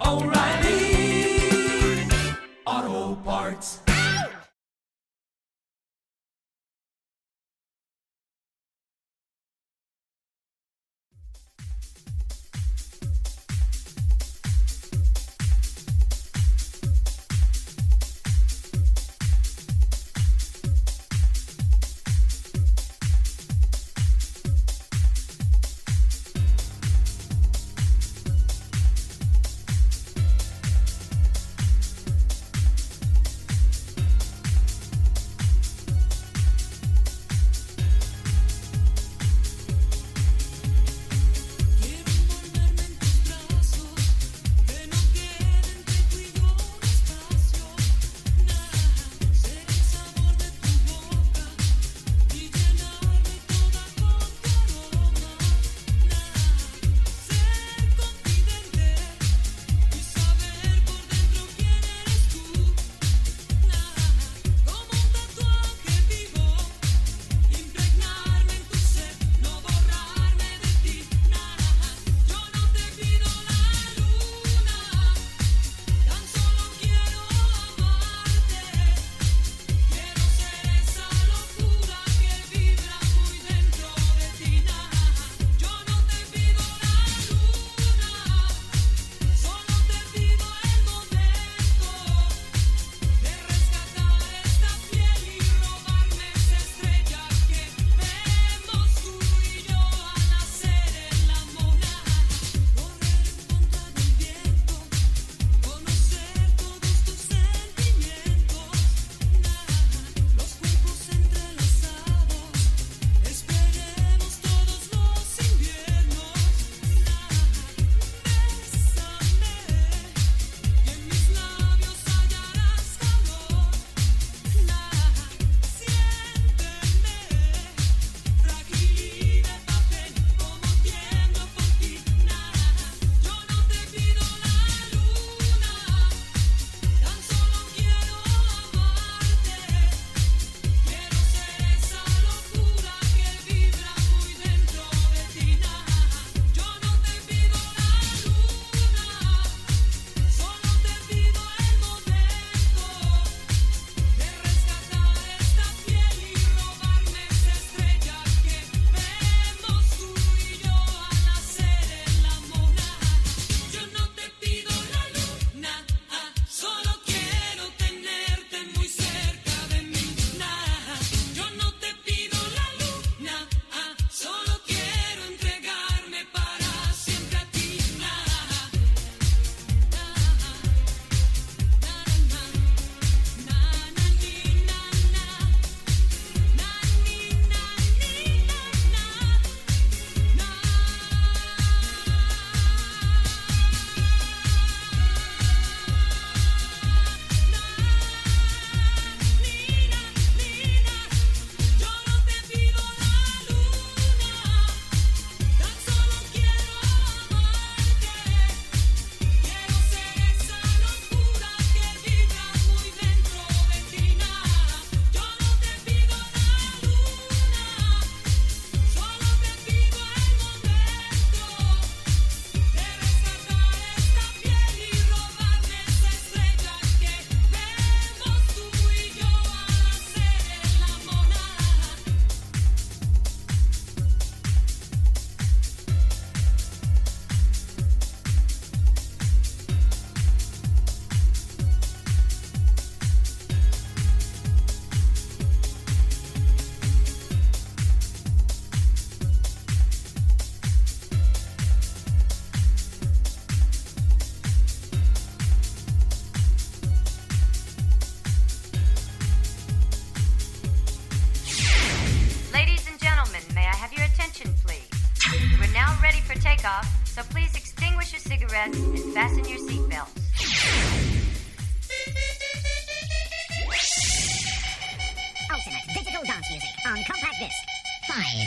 O'Reilly Auto Parts. Quiero envolverme en tus brazos, que no quede entre tú y yo espacio. Nada, ser el sabor de tu boca y llenarme toda con tu aroma. Nada, ser confidente y saber por dentro quién eres tú. Nada, como un tatuaje vivo. Impregnarme en tu ser, no borrarme de ti, nada. Yo no te pido la luna, tan solo quiero amarte. Quiero ser esa locura que vibra muy dentro de ti, nada. Yo no te pido la luna, solo te pido el momento. De rescatar esta piel y robarme esa estrella que vemos tú y yo al hacer el amor. Correr en contra del viento, conocer todos tus sentimientos. Los cuerpos entrelazados, esperemos todos los inviernos. Bésame. Y en mis labios hallarás calor, nada, siénteme, fragil de papel, como tiemblo por ti, nada, yo no te pido la luna, tan solo quiero amarte, quiero ser esa locura que vibra muy dentro de ti, nada, yo no te pido la luna. Solo te pido el momento de rescatar esta piel y robarme esa estrella que vemos tú y yo al hacer el amor. Yo no te pido la luna, solo quiero tenerte muy cerca de mí. Yo no te pido la luna, solo quiero entregarme para siempre a ti. Yo no te pido la luna, tan solo quiero amarte. Quiero ser esa locura que vibra muy dentro de ti, nada. Yo no te pido la luna, solo te pido el momento de rescatar esta piel y robarme esa estrella que vemos tú y yo al hacer el amor, nada. Ladies and gentlemen, may I have your attention, please? We're now ready for takeoff, so please extinguish your cigarettes and fasten your seatbelts. Ultimate digital dance music on compact disc. Five,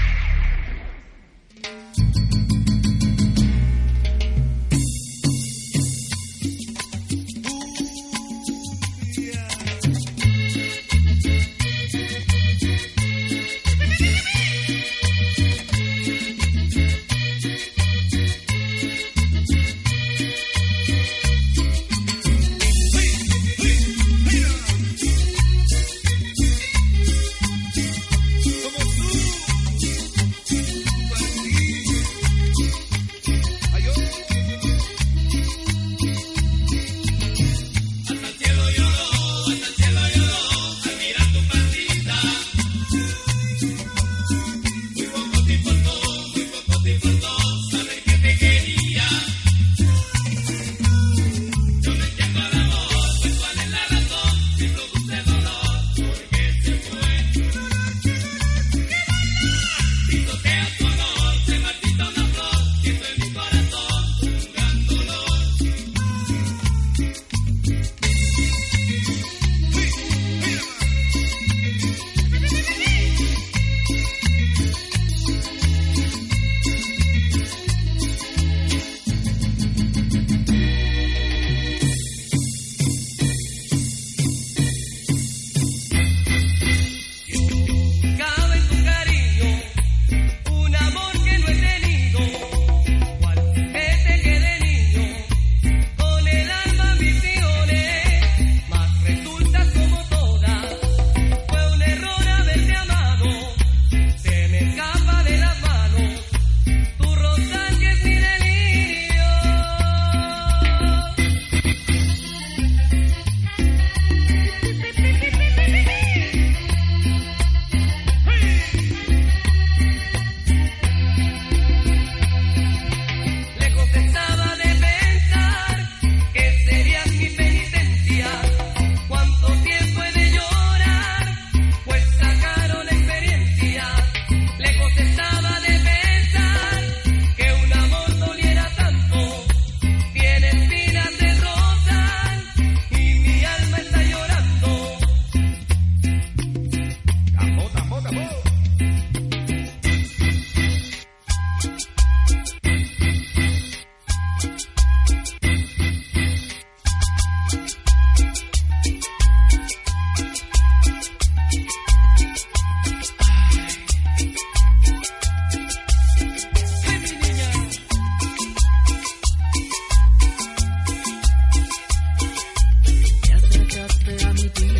pues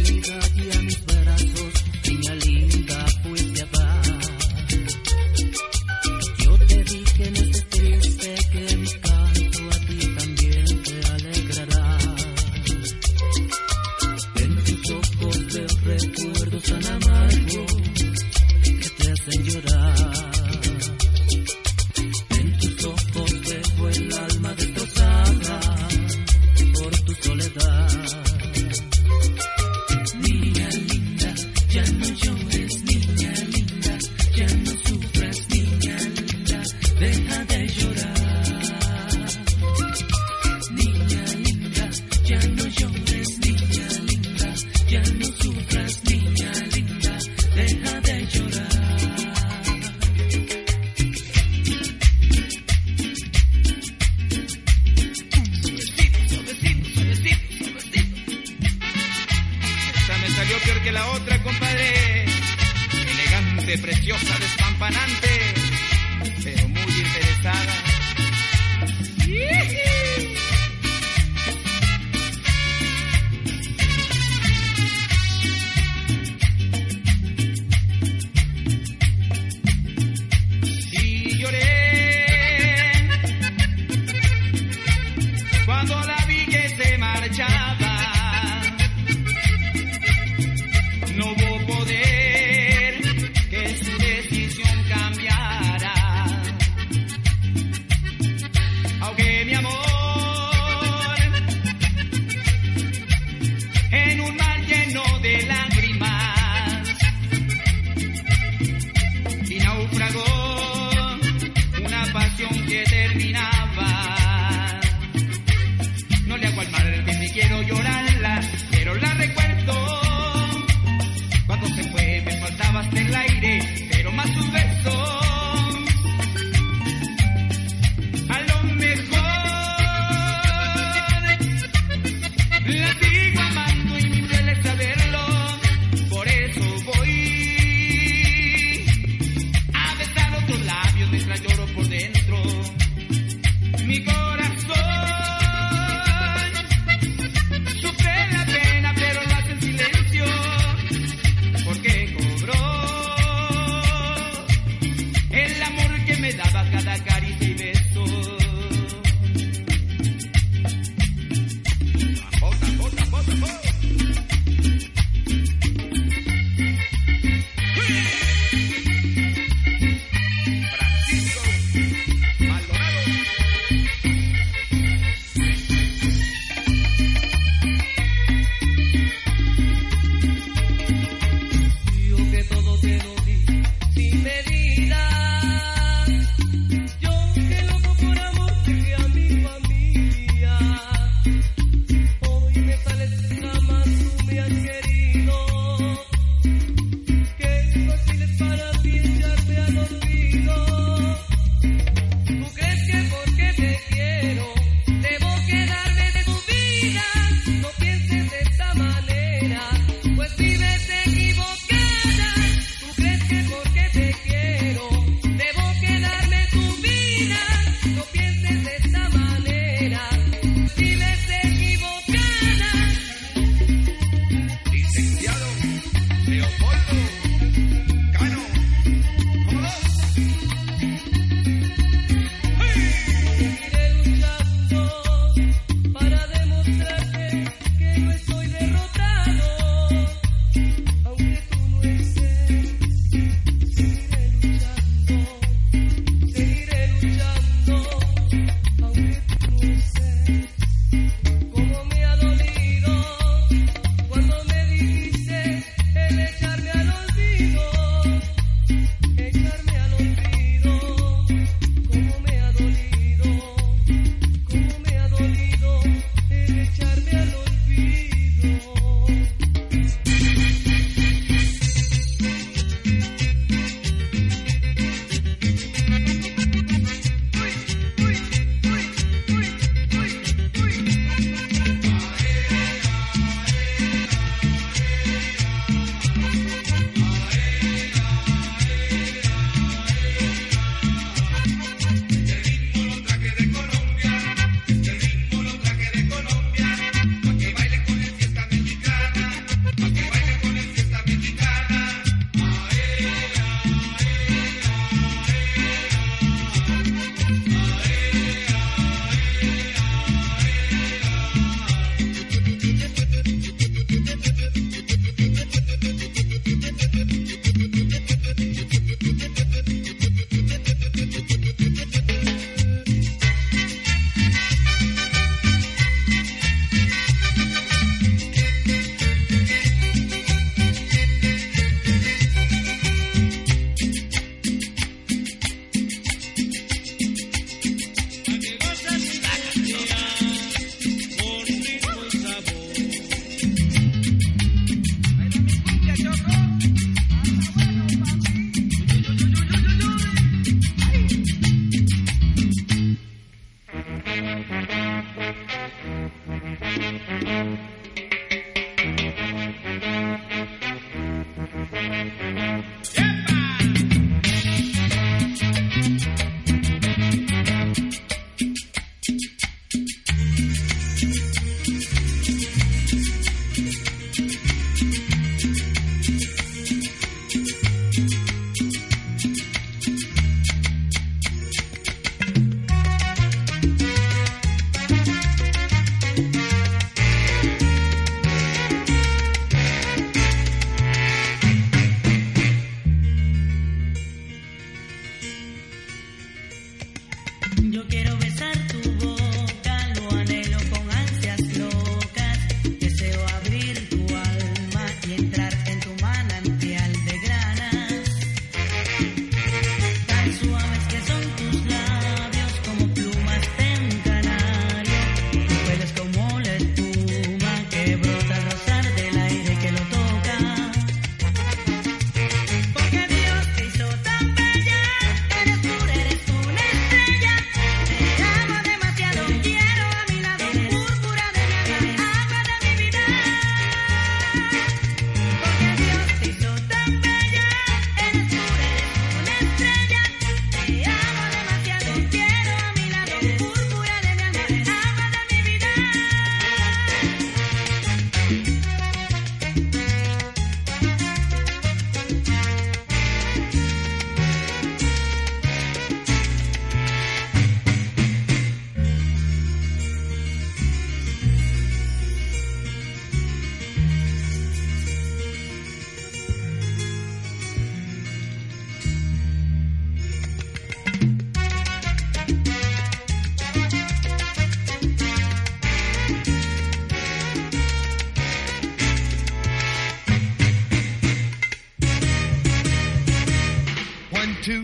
pues que la otra, compadre. Elegante, preciosa, despampanante, pero muy interesada. ¡Yiji! Y lloré cuando la vi que se marchaba. No hubo poder que su decisión cambiara. Aunque mi amor, en un mar lleno de lágrimas, y naufragó una pasión que terminaba. No le hago al mar que ni quiero yo Pues pues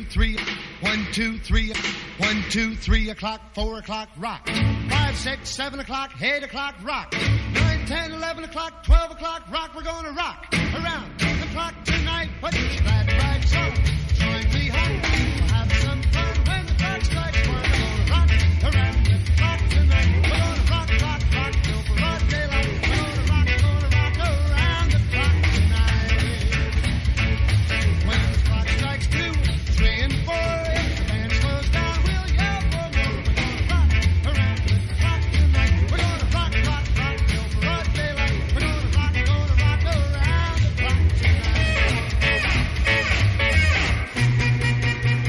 two, three, one, two, three o'clock, four o'clock, rock. Five, six, seven o'clock, eight o'clock, rock. Nine, ten, eleven o'clock, twelve o'clock, rock. We're gonna rock around the clock tonight. Put that right so join me home. We'll have some fun when the clock strikes one. We're gonna rock around the clock tonight. We're gonna rock, rock, rock till broad daylight. We're gonna rock, gonna rock around the clock tonight. When the clock strikes two, three, and four, if the band slows down, we'll yell for more. We're gonna rock around the clock tonight. We're gonna rock, rock, rock till broad daylight. We're gonna rock, gonna rock around the clock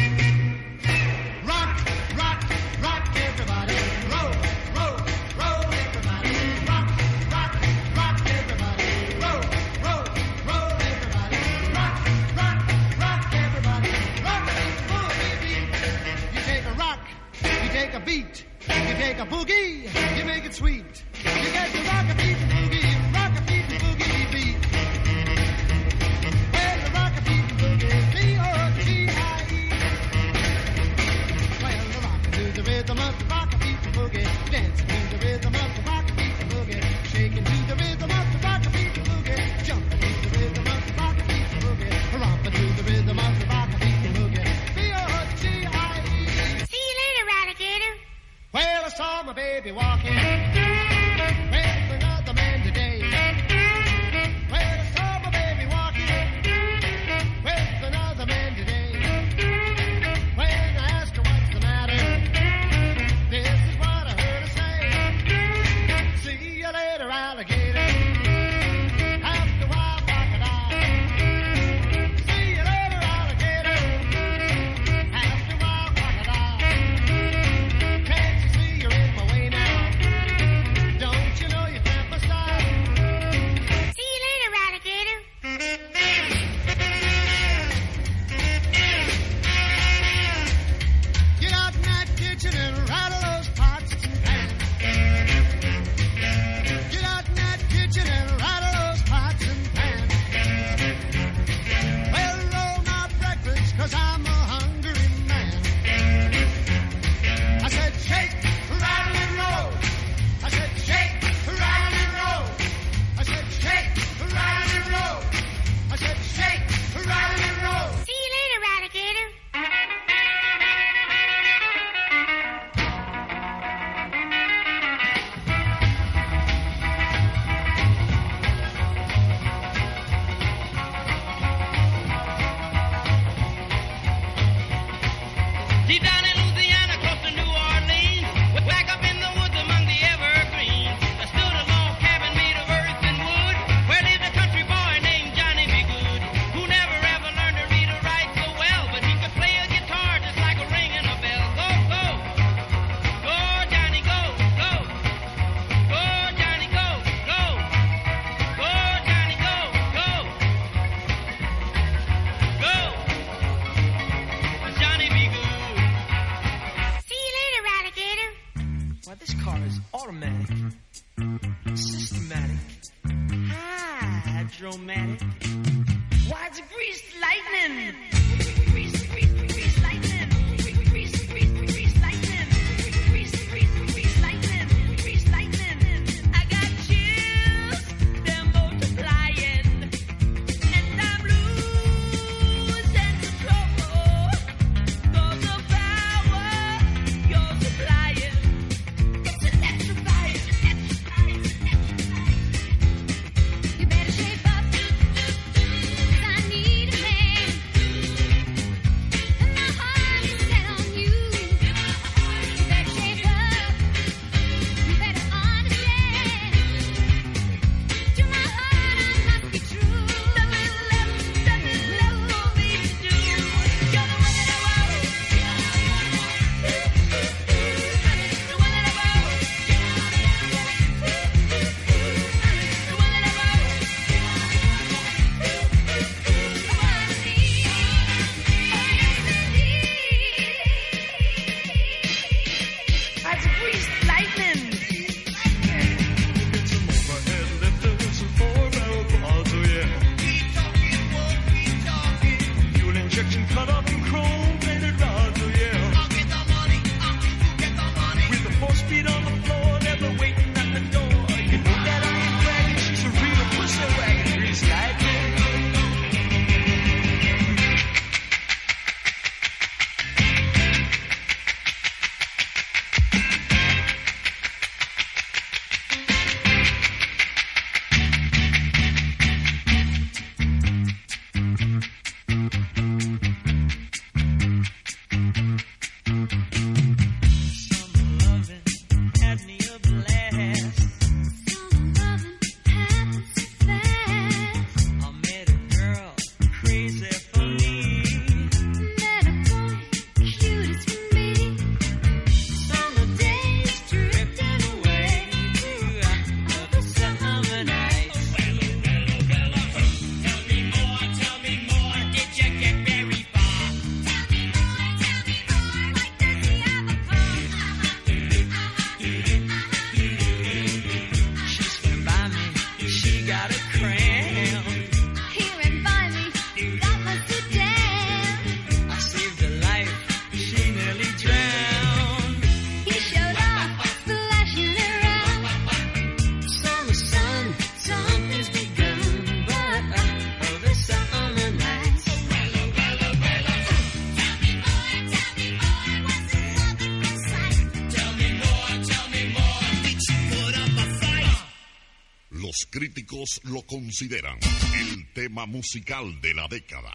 tonight. Rock, rock, rock, everybody. Roll, roll, roll, everybody. Rock, rock, rock, everybody. Roll, roll, roll, everybody. Rock, rock, rock, everybody. Rock, roll, baby. You take a rock, you take a beat, you take a boogie, you make it sweet. You get the rock a beat and boogie, you rock a beat and boogie beat. Well, the rock a beat and boogie, B-O-G-I-E. Well, the rock to the rhythm of the rock a beat and boogie, dance to the rhythm of the rock a beat and boogie, shaking to the rhythm of the rock a beat and boogie, jumping to the rhythm of the rock a beat and boogie, romping to the rhythm of the rock a beat and boogie, B-O-G-I-E. See you later, alligator. Well, I saw my baby walking with another man today. Well, I saw my baby walking with another man today. When I asked her what's the matter, this is what I heard her say. See you later, alligator. After a while, crocodile. See you later, alligator. After a while, crocodile. Can't you see you're in my way now? Don't you know you can't my style? See you later, alligator. Get out in that kitchen and rattle those pots and pans. Get out in that kitchen and rattle those pots and pans. Well, roll my breakfast, cause I'm a hungry man. I said, shake, rattle and roll. I said, shake, rattle and roll. I said, shake, rattle and roll. I said, shake, rattle and roll. See you later, alligator. Deep down in Louisiana, close to New Orleans, back up in the woods among the evergreens, there stood a log cabin made of earth and wood, where lived a country boy named Johnny B. Good, who never ever learned to read or write so well, but he could play a guitar just like a ring and a bell. Go, go, go, Johnny, go, go, go, Johnny, go, go, go, Johnny, go, go, go. Johnny B. Good. See you later, alligator. Why, this car is automatic, systematic, Ah. hydromatic. Why, it's greased lightning. Grease, grease, grease lightning. Grease, grease, grease, grease lightning. Grease, grease, grease lightning. Grease lightning. I got chills, they're multiplying, and I'm losing control. Cause the power you're supplying, it's electrifying, electrifying, electrifying. You better shape up, 'cause I need a man. uh, oh, Los críticos lo consideran el tema musical de la década.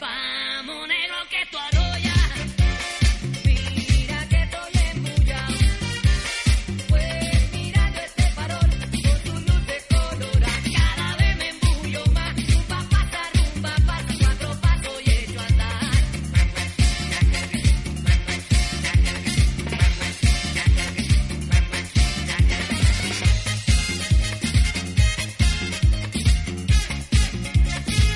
Vamos negro que tú arrolla, mira que estoy embullado. Pues mirando este farol con tu luz de colora, cada vez me embullo más. Rumba pasa, rumba pasa, cuatro pasos y hecho andar.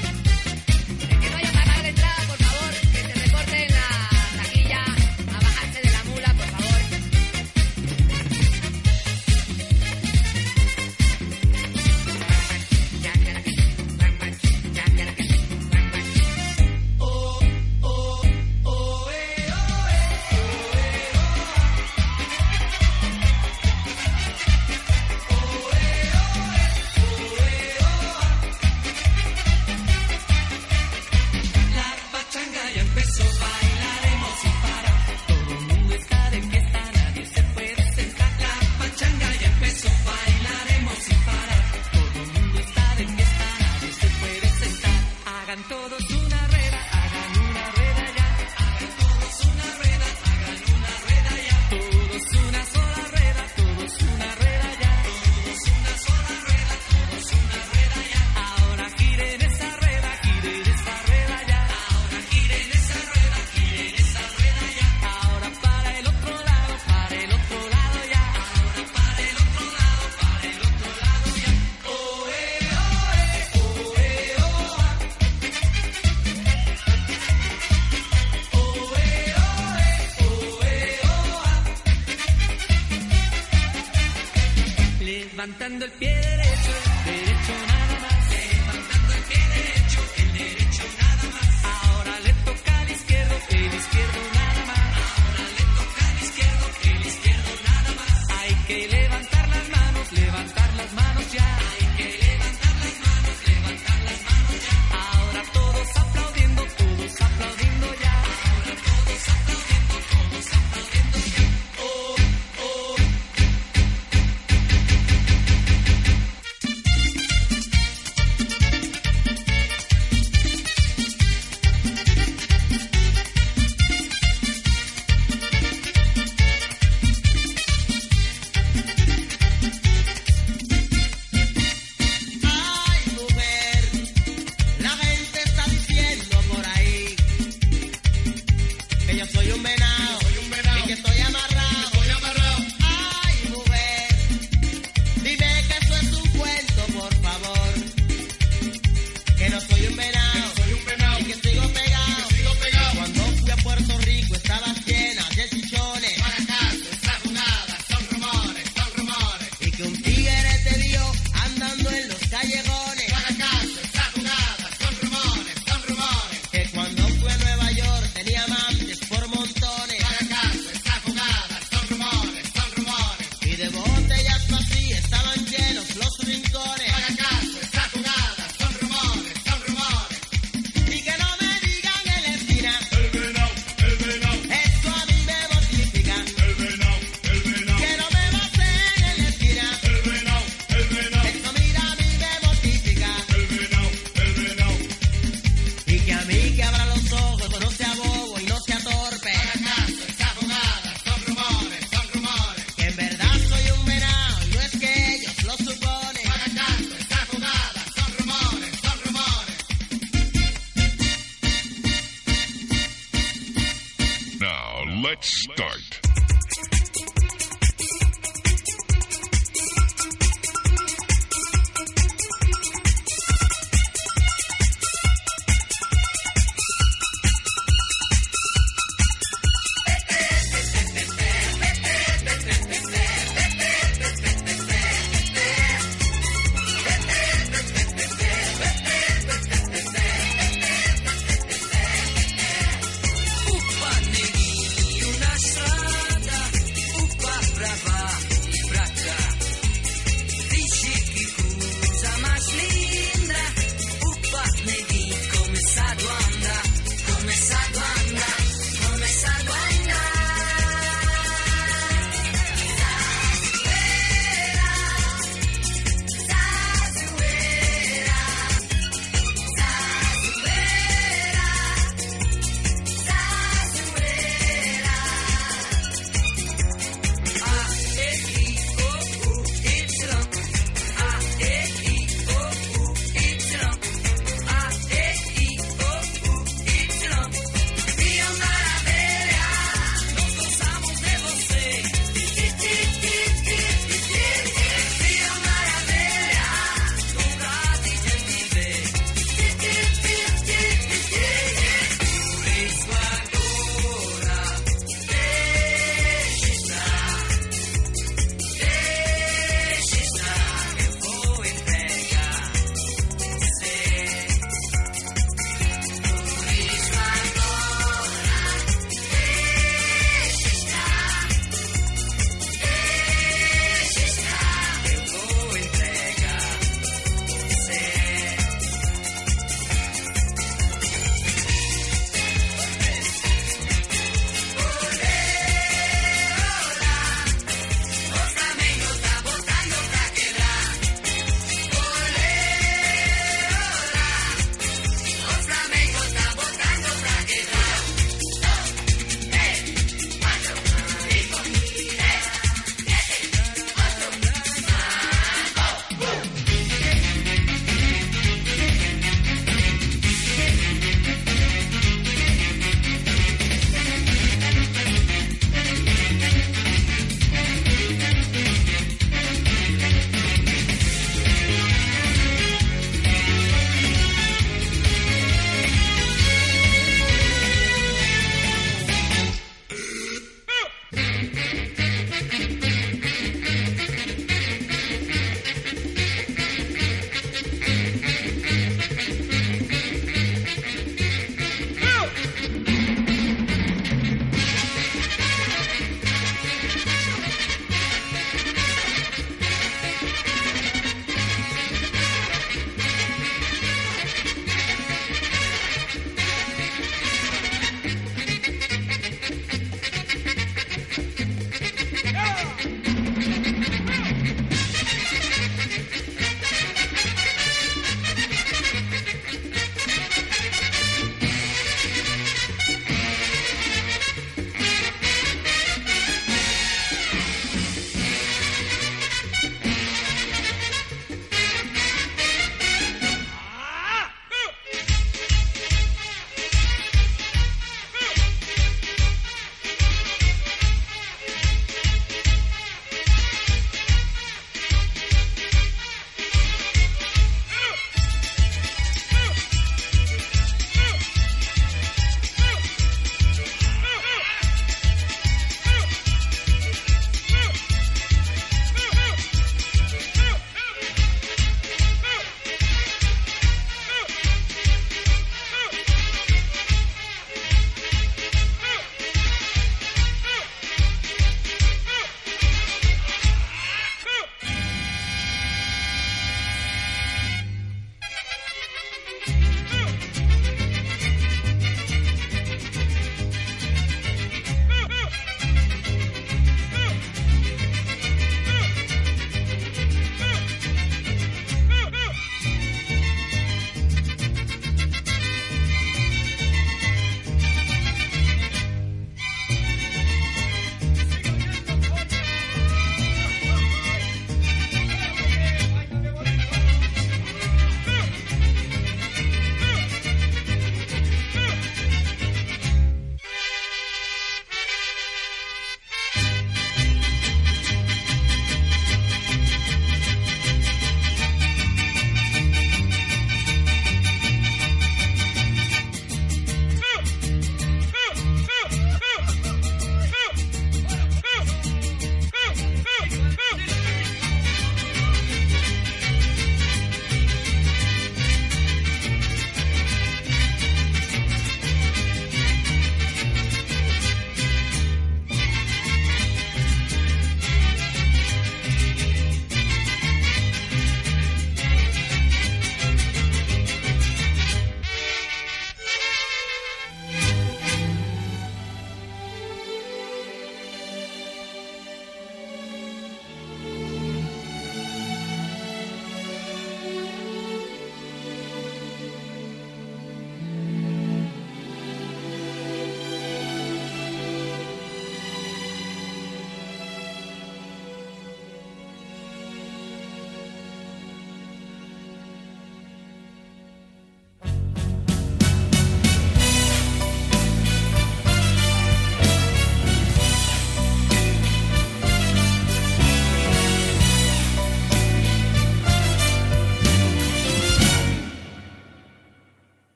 Que no haya pagar de entrada, por favor, que se reporte en la taquilla a bajarse de la mula, por favor. Levantando el pie derecho, derecho nada más. Levantando el pie derecho, el derecho nada más. Ahora le toca al izquierdo, el izquierdo nada más. Ahora le toca al izquierdo, el izquierdo nada más. Hay que levantar las manos, levantar las manos ya. Hay que levantar las manos, levantar las manos ya. Ahora todos aplaudiendo, todos aplaudiendo ya. Ahora todos aplaudiendo, todos aplaudiendo ya. Oh, oh. pues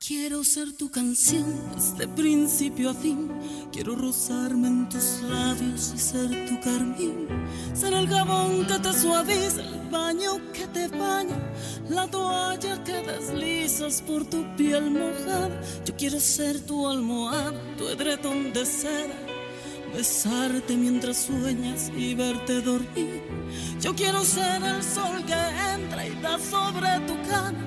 Quiero ser tu canción desde principio a fin. Quiero rozarme en tus labios y ser tu carmín. Ser el jabón que te suaviza, el baño que te baña, la toalla que deslizas por tu piel mojada. Yo quiero ser tu almohada, tu edredón de seda. Besarte mientras sueñas y verte dormir. Yo quiero ser el sol que entra y da sobre tu cama.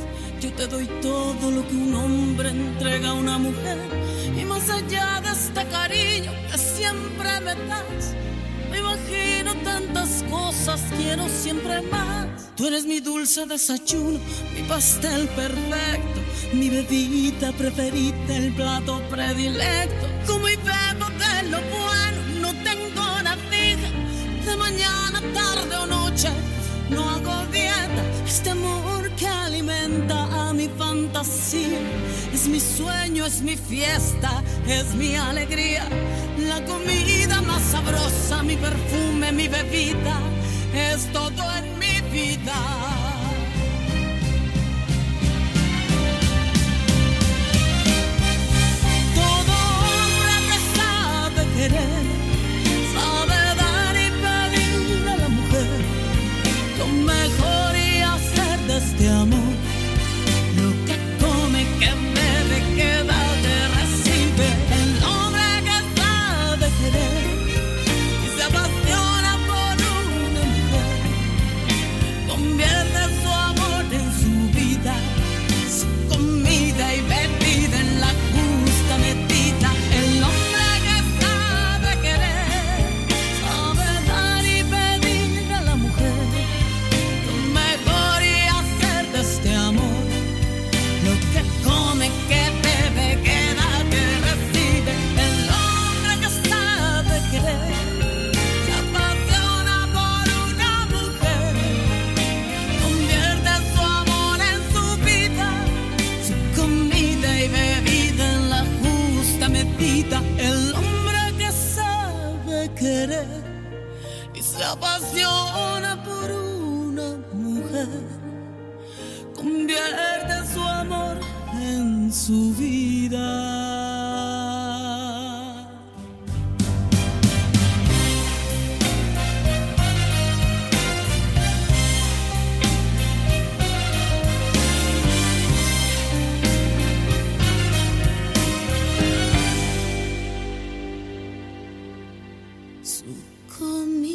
Yo te doy todo lo que un hombre entrega a una mujer. Y más allá de este cariño que siempre me das, me imagino tantas cosas, quiero siempre más. Tú eres mi dulce desayuno, mi pastel perfecto, mi bebida preferida, el plato predilecto. Como y bebo de lo bueno, no tengo una fija de mañana, tarde o noche. No hago dieta, este amor que alimenta a mi fantasía. Es mi sueño, es mi fiesta, es mi alegría. La comida más sabrosa, mi perfume, mi bebida, es todo en mi vida. Todo hombre que sabe querer, sabe dar y pedirle a la mujer lo mejor y hacer de este amor lo que come, que bebe, que da, que recibe. El hombre que sabe querer y se apasiona por una mujer convierte su amor en su vida, su comida y bebida en la justa medida. El hombre que sabe querer, sabe dar y pedir a la mujer lo mejor y hacer de este amor lo que come, que bebe, que da, que recibe. El hombre que sabe querer se apasiona por una mujer, convierte su amor en su vida, su comida y bebida en la justa medida. El hombre que sabe querer y se apasiona por una mujer convierte su amor en su vida. Su comida.